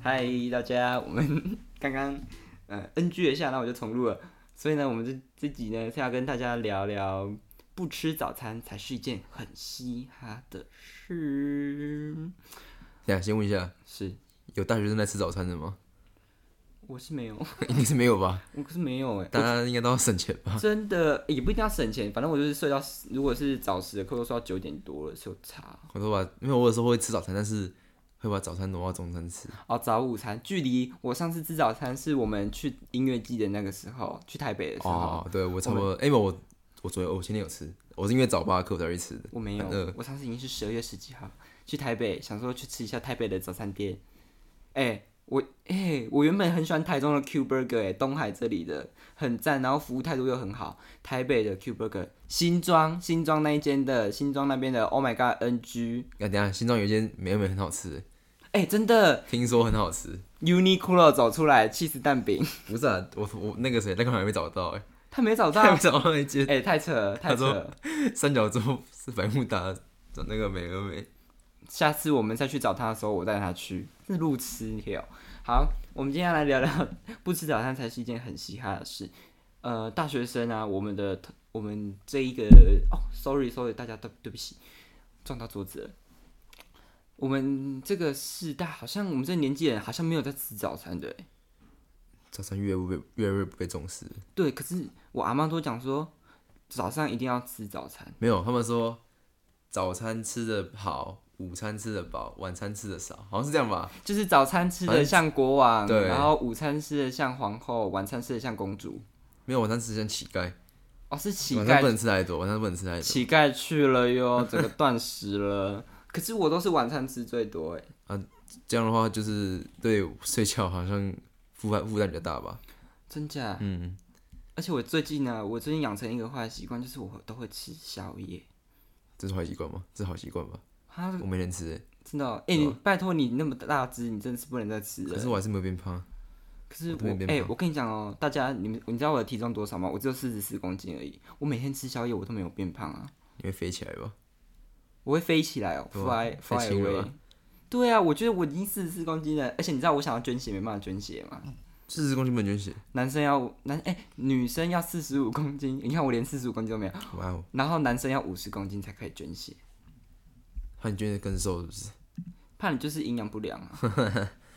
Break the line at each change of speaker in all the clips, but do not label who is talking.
嗨，大家，我们 刚刚呃 NG 了一下，然后我就重录了。所以呢，我们这这集呢是要跟大家聊聊不吃早餐才是一件很嘻哈的事。
等一下先问一下，
是，
有大学生在吃早餐的吗？
我是没有，
一定是没有吧？
我是没有哎、
大家应该都要省钱吧？
真的也不一定要省钱，反正我就是睡到，如果是早十的课都睡到九点多了，是有差。
我都把，因为我有时候会吃早餐，但是会把早餐挪到中餐吃。
哦，早午餐距离我上次吃早餐是我们去音乐季的那个时候，去台北的时候，
哦，对我差不多，哎、没有我我昨天我前天有吃，我是因为早八课我才去吃的。
我没有，
很饿
我上次已经是十二月十几号去台北，想说去吃一下台北的早餐店。哎、我哎、我原本很喜欢台中的 Q Burger，哎、东海这里的很赞，然后服务态度又很好。台北的 Q Burger，新庄新庄那一间的，新庄那边的 Oh my God NG，
哎、等一下新庄有一间美而美很好吃，
哎、真的
听说很好吃。
Uniqlo 走出来气死蛋饼，
不是啊，我我那个谁，那个好像没找到哎、
他没找
他
到
没，找到那间
哎、太扯了，太
他
扯
说
了。
三角洲是百慕达找那个美而美。
下次我们再去找他的时候，我带他去，是路痴条。哦好，我们今天来聊聊 不吃早餐才是一件很嘻哈的事。呃，大学生啊，我们的我们这一个哦，sorry sorry，大家对对不起，撞到桌子了。我们这个世代好像我们这年纪人好像没有在吃早餐的欸，
早餐越来越被越来越不被重视，
对。可是我阿妈都讲说，早上一定要吃早餐。
没有，他们说早餐吃的好，午餐吃的饱，晚餐吃的少，好像是这样吧？
就是早餐吃
反
的
正
像国王，
对
然后午餐吃的像皇后，晚餐吃的像公主。
没有，晚餐吃像乞丐，
哦，是乞
晚
丐
上不能吃太多，晚上不能吃太多
乞丐去了哟，整个断食了。 可是我都是晚餐吃最多哎，
这样的话就是对睡觉好像负担负担比较大吧？
真假？
嗯，
而且我最近呢，我最近养成一个坏习惯，就是我都会吃宵夜。
这是坏习惯吗？这是好习惯吧？
啊，
我没人吃、欸，
真的哦、哎、你拜托你那么大只，你真的是不能再吃了
可。是我还是没有变胖。
可是
我都
我
没变
哎、
胖
我跟你讲哦，大家你们你知道我的体重多少吗？我只有四十四公斤而已。我每天吃宵夜，我都没有变胖啊。
你会飞起来吧？
我会飞起来哦
对吧
，fly
太
fly
轻了
away
吧。
对啊，我觉得我已经四十四公斤了，而且你知道我想要捐血，没办法捐血吗？
四十公斤不能捐血，
男生要男哎、女生要四十五公斤，你看我连四十五公斤都没有，
哇哦！
然后男生要五十公斤才可以捐血，
怕你捐的更瘦是不是？
怕你就是营养不良啊。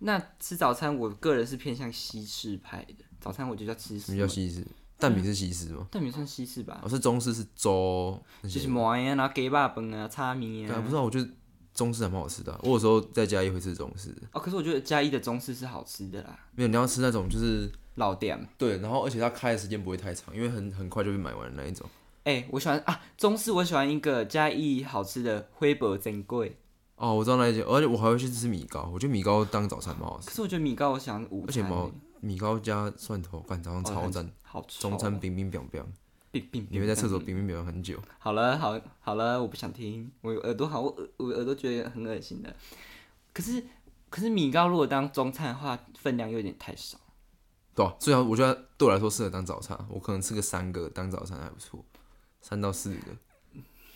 那吃早餐，我个人是偏向西式派的，早餐我就叫吃
什
西
么叫西式？蛋饼是西式吗？
但你算西式吧，
哦，是中式是粥那
就
些
是。馍呀，然后鸡巴饭啊，炒米
对啊，不
啊
知。道，我觉得中式还蛮好吃的啊、我有时候在家也会吃中式的，
哦，可是我觉得嘉义的中式是好吃的啦，
没有你要吃那种就是
老店。
对，然后而且它开的时间不会太长，因为很很快就被买完的那一种。
哎、我喜欢啊，中式我喜欢一个嘉义好吃的灰伯珍贵，
哦，我知道那一些，而且我还会去吃米糕，我觉得米糕当早餐蛮好吃，
可是我觉得米糕我喜欢午
而且
餐欸、
毛米糕加蒜头，干早上
哦
超
很
赞，
好吃。
中餐冰冰冰冰，
并并
你会在厕所冰冰冰很久。
好了，好，好了，我不想听，我耳朵好，我耳我耳朵觉得很恶心的。可是，可是米糕如果当中餐的话，分量有点太少。
对、啊，所以我觉得对我来说适合当早餐，我可能吃个三个当早餐还不错，三到四个，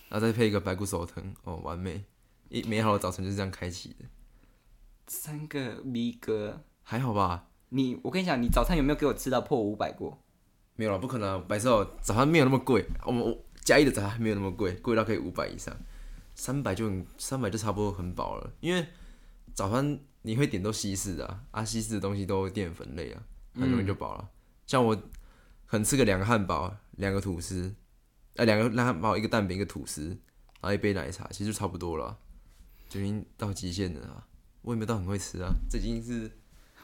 然后再配一个白骨手藤，哦，完美，一美好的早晨就是这样开启的，
三个米哥，
还好吧？
你我跟你讲，你早餐有没有给我吃到破五百过？
没有了，不可能啊、白痴哦，早餐没有那么贵。我们我嘉义的早餐没有那么贵，贵到可以五百以上，三百就很三百就差不多很饱了。因为早餐你会点都西式的啊，啊西式的东西都淀粉类啊，很容易就饱了。像我可能吃个两个汉堡，啊两个吐司，呃，两个汉堡，一个蛋饼，一个吐司，然后一杯奶茶，其实就差不多了啊、就已经到极限了啊。我也没有到很会吃啊，这已经是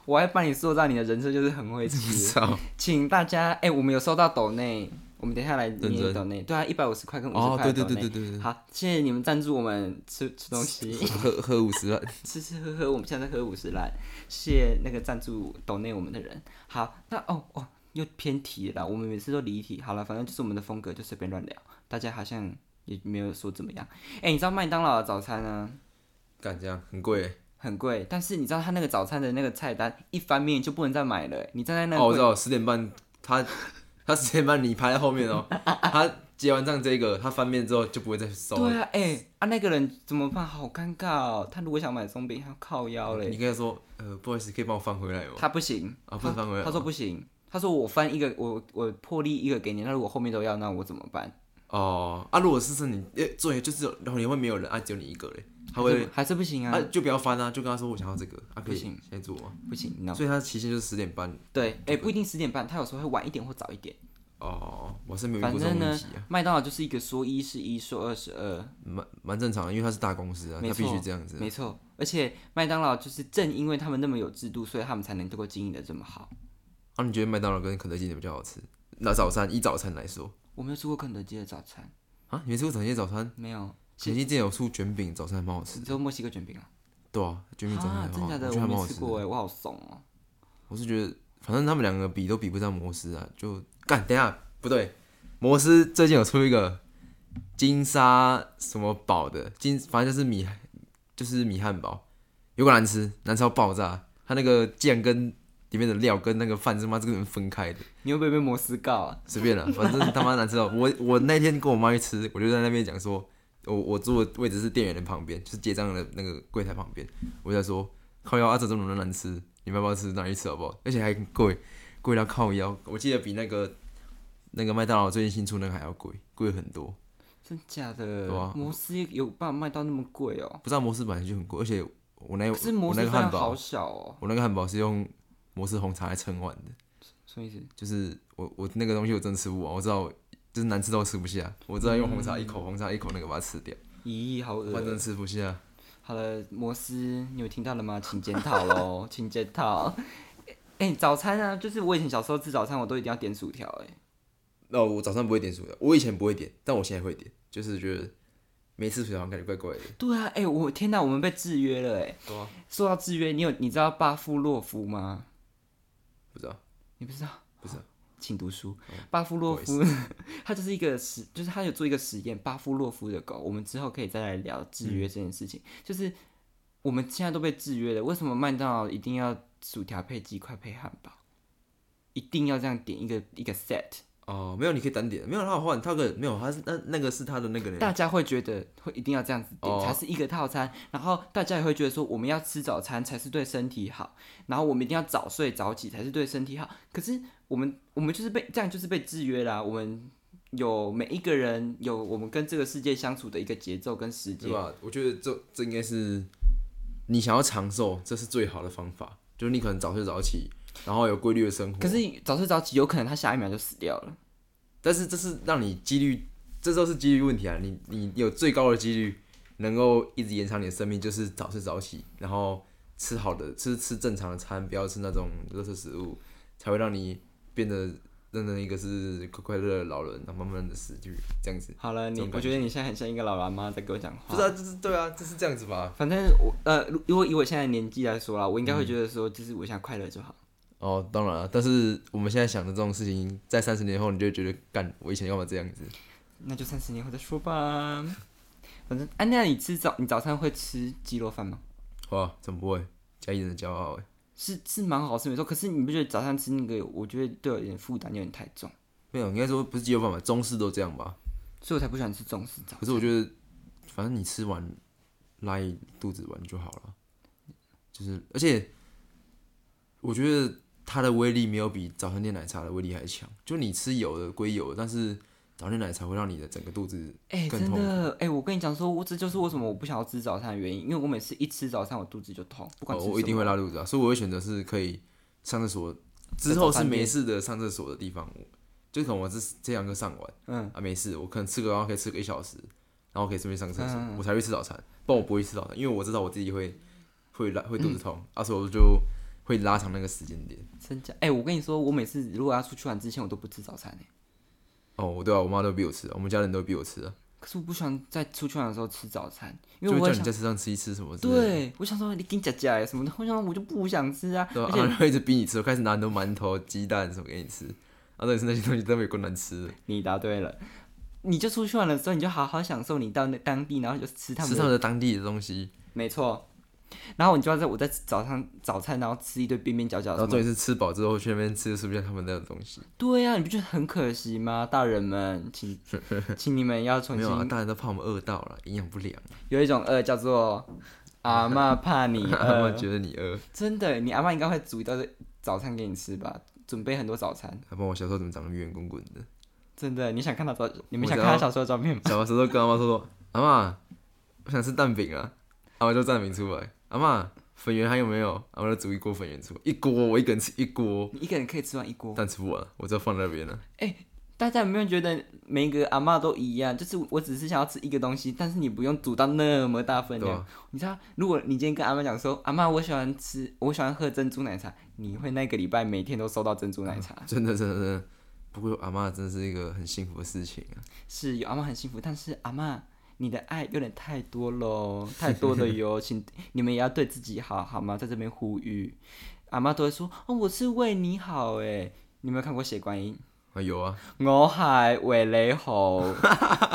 我还帮你塑造你的人设，就是很会吃。
少
请大家，哎、我们有收到抖内，我们等一下来
认
念
真
抖内，对啊，一百五十块跟五
哦
十，块的
对
抖
对
内。
对对对对
好，谢谢你们赞助我们吃吃东西。
对，喝喝五十啊，
吃吃喝喝，我们现在在喝五十兰，谢谢那个赞助抖内我们的人。好，那哦哦，又偏题了啦，我们每次都离题。好了，反正就是我们的风格，就随便乱聊，大家好像也没有说怎么样。哎、你知道麦当劳的早餐呢、
干这样很贵欸。
很贵，但是你知道他那个早餐的那个菜单一翻面就不能再买了、你站在那
哦，我
个
知
柜、
道，十点半他他十点半你排在后面哦，他结完账这个，他翻面之后就不会再收了。
对啊，哎、啊那个人怎么办？好尴尬哦。他如果想买松饼，他要靠腰嘞。
你跟他说，呃，不好意思，可以帮我翻回来吗？
他不行
啊不能
他
翻回来
他说不行，他说我翻一个，我我破例一个给你，那如果后面都要，那我怎么办？
哦，啊，如果是是你，诶、对，就是有然后你会没有人，啊，只有你一个嘞，他
还
会
是还是不行啊，
啊，就不要翻啊，就跟他说我想要这个，啊，可
不
以
行
现在做吗？
不行，no。
所以他期限就是十点半。
对，哎、不一定十点半，他有时候会晚一点或早一点。
哦，我是没有遇
反
过这种
正
问
呢
题啊，，
麦当劳就是一个说一是一，说二是二，
蛮蛮正常的，因为他是大公司啊，
没
他必
错
须这样子啊。
没错。而且麦当劳就是正因为他们那么有制度，所以他们才能够经营的这么好。
啊，你觉得麦当劳跟肯德基哪比较好吃？那早餐以早餐来说
我没有吃过肯德基的早餐，
啊，你们吃过肯德基的早餐？
没有，
肯德基之前有出卷饼，早餐还蛮好吃
你。只有墨西哥卷饼啊？
对啊，卷饼早餐还
啊，
蛮
真
好，
假的？
我觉
我
得还蛮
没
好
吃
吃的。
过哎，我好怂哦。
我是觉得，反正他们两个比都比不上摩斯啊，就干。等一下不对，摩斯最近有出一个金沙什么堡的金，反正就是米，就是米汉堡，有个难吃，难吃到爆炸。它那个酱跟里面的料跟那个饭是妈这个人分开的，
你会不会被摩斯告啊？
随便了，反正他妈难吃到我。我那天跟我妈去吃，我就在那边讲说，我我坐的位置是店员的旁边，就是结账的那个柜台旁边。我就在说，靠腰啊，这怎么那么难吃？你们要不要吃？拿去吃好不好？而且还很贵，贵到靠腰。我记得比那个那个麦当劳最近新出那个还要贵，贵很多。
真假
对啊
的？摩斯有办法卖到那么贵哦？
不知道摩斯本来就很贵，而且我那
可是摩
我那
斯
个
分
汉
量
堡
好，小哦，
我那个汉堡是用摩斯红茶来盛碗的，
什么意思？
就是我我那个东西我真的吃不完，我知道就是难吃到吃不下，我知道用红茶一口红茶一口那个把它吃掉。
咦，好恶
反正吃不下。
好了，摩斯，你有听到了吗？请检讨 喽，请检讨。哎、早餐啊，就是我以前小时候吃早餐，我都一定要点薯条、哎，
那、我早上不会点薯条，我以前不会点，但我现在会点，就是觉得没吃薯条好像感觉怪怪的。
对啊，哎、我天哪，我们被制约了、哎。
对啊。
说到制约，你有你知道巴夫洛夫吗？
不知道，
你不知道？
不知道。哦
请读书。巴夫洛夫， 他就是一个实，就是他有做一个实验，巴夫洛夫的狗。我们之后可以再来聊制
嗯
约这件事情。就是我们现在都被制约了，为什么麦当劳一定要薯条配鸡块配汉堡？一定要这样点一个一个 set？
哦，没有，你可以单点，没有他有换，他有个没有，他是那那个是他的那个人，
大家会觉得会一定要这样子点、
哦
才是一个套餐，然后大家也会觉得说我们要吃早餐才是对身体好，然后我们一定要早睡早起才是对身体好。可是我们我们就是被这样就是被制约啦、我们有每一个人有我们跟这个世界相处的一个节奏跟时
对
间，
吧？我觉得这这应该是你想要长寿，这是最好的方法，就是你可能早睡早起，然后有规律的生活。
可是早睡早起有可能他下一秒就死掉了。
但是这是让你几率，这都是几率问题啊！你你有最高的几率能够一直延长你的生命，就是早睡早起，然后吃好的，吃吃正常的餐，不要吃那种垃圾食物，才会让你变得真的一个是快快乐乐的老人，然后慢慢的死去这样子。
好了，
这
你
种感觉
我觉得你现在很像一个老阿妈在跟我讲话。
不是啊，就是对啊，就是这样子吧。
反正我呃，如如果以我现在的年纪来说啦，我应该会觉得说，就是我现在快乐就好。
哦，当然了，但是我们现在想的这种事情，在三十年后，你就会觉得，干，我以前干嘛这样子？
那就三十年后再说吧。反正，哎、那你吃早你早餐会吃鸡肉饭吗？
哇，怎么不会？嘉义人的骄傲哎，
是是蛮好吃没错，可是你不觉得早餐吃那个，我觉得对我有点负担，有点太重，
没有，应该说不是鸡肉饭吧，中式都这样吧。
所以我才不喜欢吃中式早。
可是我觉得，反正你吃完拉一肚子完就好了。就是，而且我觉得它的威力没有比早餐店奶茶的威力还强。就你吃有的归有的，但是早餐店奶茶会让你的整个肚子
哎、
更
真
痛
的，哎、我跟你讲说，我这就是为什么我不想要吃早餐的原因，因为我每次一吃早餐，我肚子就痛，不管
哦，
吃什么、
我一定会拉肚子啊，所以我会选择是可以上厕所之后是没事的上厕所的地方，我就可能我这这堂课上完，
嗯
啊没事，我可能吃个然后可以吃个一小时，然后可以顺便上厕所，
嗯
我才会吃早餐，不然我不会吃早餐，因为我知道我自己会会拉会肚
嗯
子痛，啊所以我就会拉长那个时间点。
真假？哎、我跟你说，我每次如果要出去玩之前，我都不吃早餐、哎，
哦，我对啊，我妈都逼我吃啊，我们家人都逼我吃啊，
可是我不喜欢在出去玩的时候吃早餐，因
就
为我
会叫
会想，
你在车上吃一吃什么之类的。
对，我想说你给你假假什么的，我想说我就不想吃啊，
对啊，
而
啊
且
然后一直逼你吃，开始拿很多馒头、鸡蛋什么给你吃，啊，但是那些东西都没有够难吃的，
你答对了，你就出去玩的时候，你就好好享受你到那当地，然后就吃他
吃
们
他
的。
们的当地的东西，
没错，然后你就要在我在早上早餐，然后吃一堆边边角角
然
什
后
么
重点是吃饱之后去那边吃，是不是他们那种东西？
对啊呀、你不觉得很可惜吗？大人们，请 请你们要重
没
新
有啊，大人都怕我们饿到了，营养不良，
有一种饿叫 做阿嬷怕你
他
饿
们，觉得你饿。
真的，你阿嬷应该会煮一道早餐给你吃吧，准备很多早餐，
他帮我小时候怎么长得圆滚滚的？
真的，你想看到照，你们
我
想
知
看他
道
小时候的照片吗？
小的时候跟阿妈说说，阿妈，我想吃蛋饼啊，阿妈就蛋饼出来，阿妈粉圆还有没有？阿妈就煮一锅粉圆出来，一锅我一个人吃一锅，
你一个人可以吃完一锅，
但吃不完，我就放在那边了。
大家有没有觉得每一个阿嬷都一样？就是我只是想要吃一个东西，但是你不用煮到那么大份
对
量。
啊，
你知道，如果你今天跟阿妈讲说，阿妈我喜欢吃，我喜欢喝珍珠奶茶，你会那个礼拜每天都收到珍珠奶茶。
真的真的真的。不过阿妈真的是一个很幸福的事情啊，
是有阿妈很幸福，但是阿妈你的爱有点太多喽，太多了哟，请你们也要对自己好好吗？在这边呼吁，阿妈都会说哦，我是为你好哎。你有没有看过《血观音
啊有啊，》？
我海为雷吼，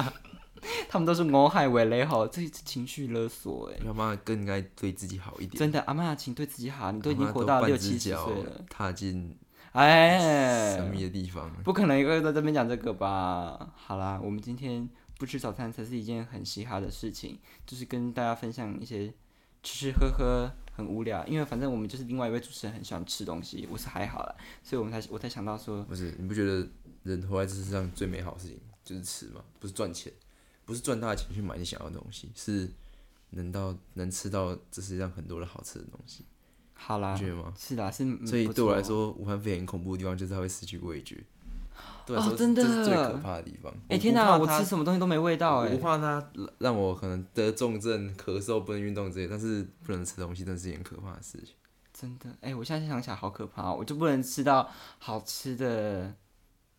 他们都是我海为雷吼，这是情绪勒索哎。
阿妈更应该对自己好一点。
真的，阿妈，请对自己好，你都已经
阿嬷
活到
半
六
只
七十岁
脚
了，
踏进
哎
神，秘的地方，
不可能一个在这边讲这个吧？好啦，我们今天不吃早餐才是一件很嘻哈的事情，就是跟大家分享一些吃吃喝喝很无聊，因为反正我们就是另外一位主持人很喜欢吃东西，我是还好啦，所以我们才我才想到说，
不是？你不觉得人活在这世上最美好的事情就是吃吗？不是赚钱，不是赚大钱去买你想要的东西，是能到能吃到这世界上很多的好吃的东西，
好啦
你，觉得吗？
是啦，是，嗯
所以
不
对我来
错
说，武汉肺炎恐怖的地方就是它会失去味觉，对我来
哦
说
真的
这是最可怕的地方。
哎、
我
天
哪，
哪，我吃什么东西都没味道哎、
我不怕它呃让我可能得重症、咳嗽、不能运动之类，但是不能吃东西，真的是一件很可怕的事情。
真的，哎、我现在想起来好可怕、哦，我就不能吃到好吃的、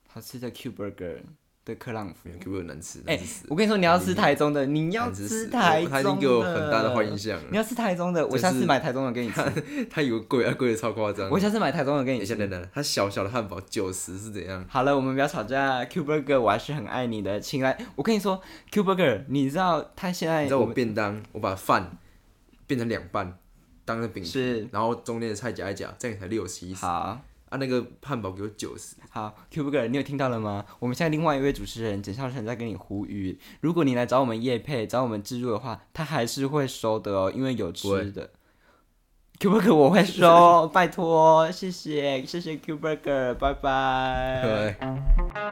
好吃的 Q Burger 的克朗福
没。有，给我难吃，
哎
难吃死了。
我跟你说，你要吃台中的，你要
难吃死
吃
了
台中
他
的，
已经给我很大的坏印象
你
了。
要吃台中的，我
这
下次
是
买台中的给你 吃。
他有贵啊，贵的超夸张。
我下次买台中的给
等
你
一下，
吃。
等等，他小小的汉堡九十是怎样？
好了，我们不要吵架。Q Burger，我还是很爱你的，亲爱。我跟你说，Q Burger，你知道他现在
你知道我
们
便当，我把饭变成两半，当成饼皮，
是
然后中间的菜夹一夹，这样才六七十。
好
啊，那个汉堡给我九十，
好 Q Burger，你有听到了吗？我们现在另外一位主持人简孝成在跟你呼吁，如果你来找我们叶配，找我们植入的话，他还是会收的哦，因为有
不
吃
会
的。Q Burger 我会哦呃 收，拜托，谢谢谢谢 Q Burger，拜拜。
对。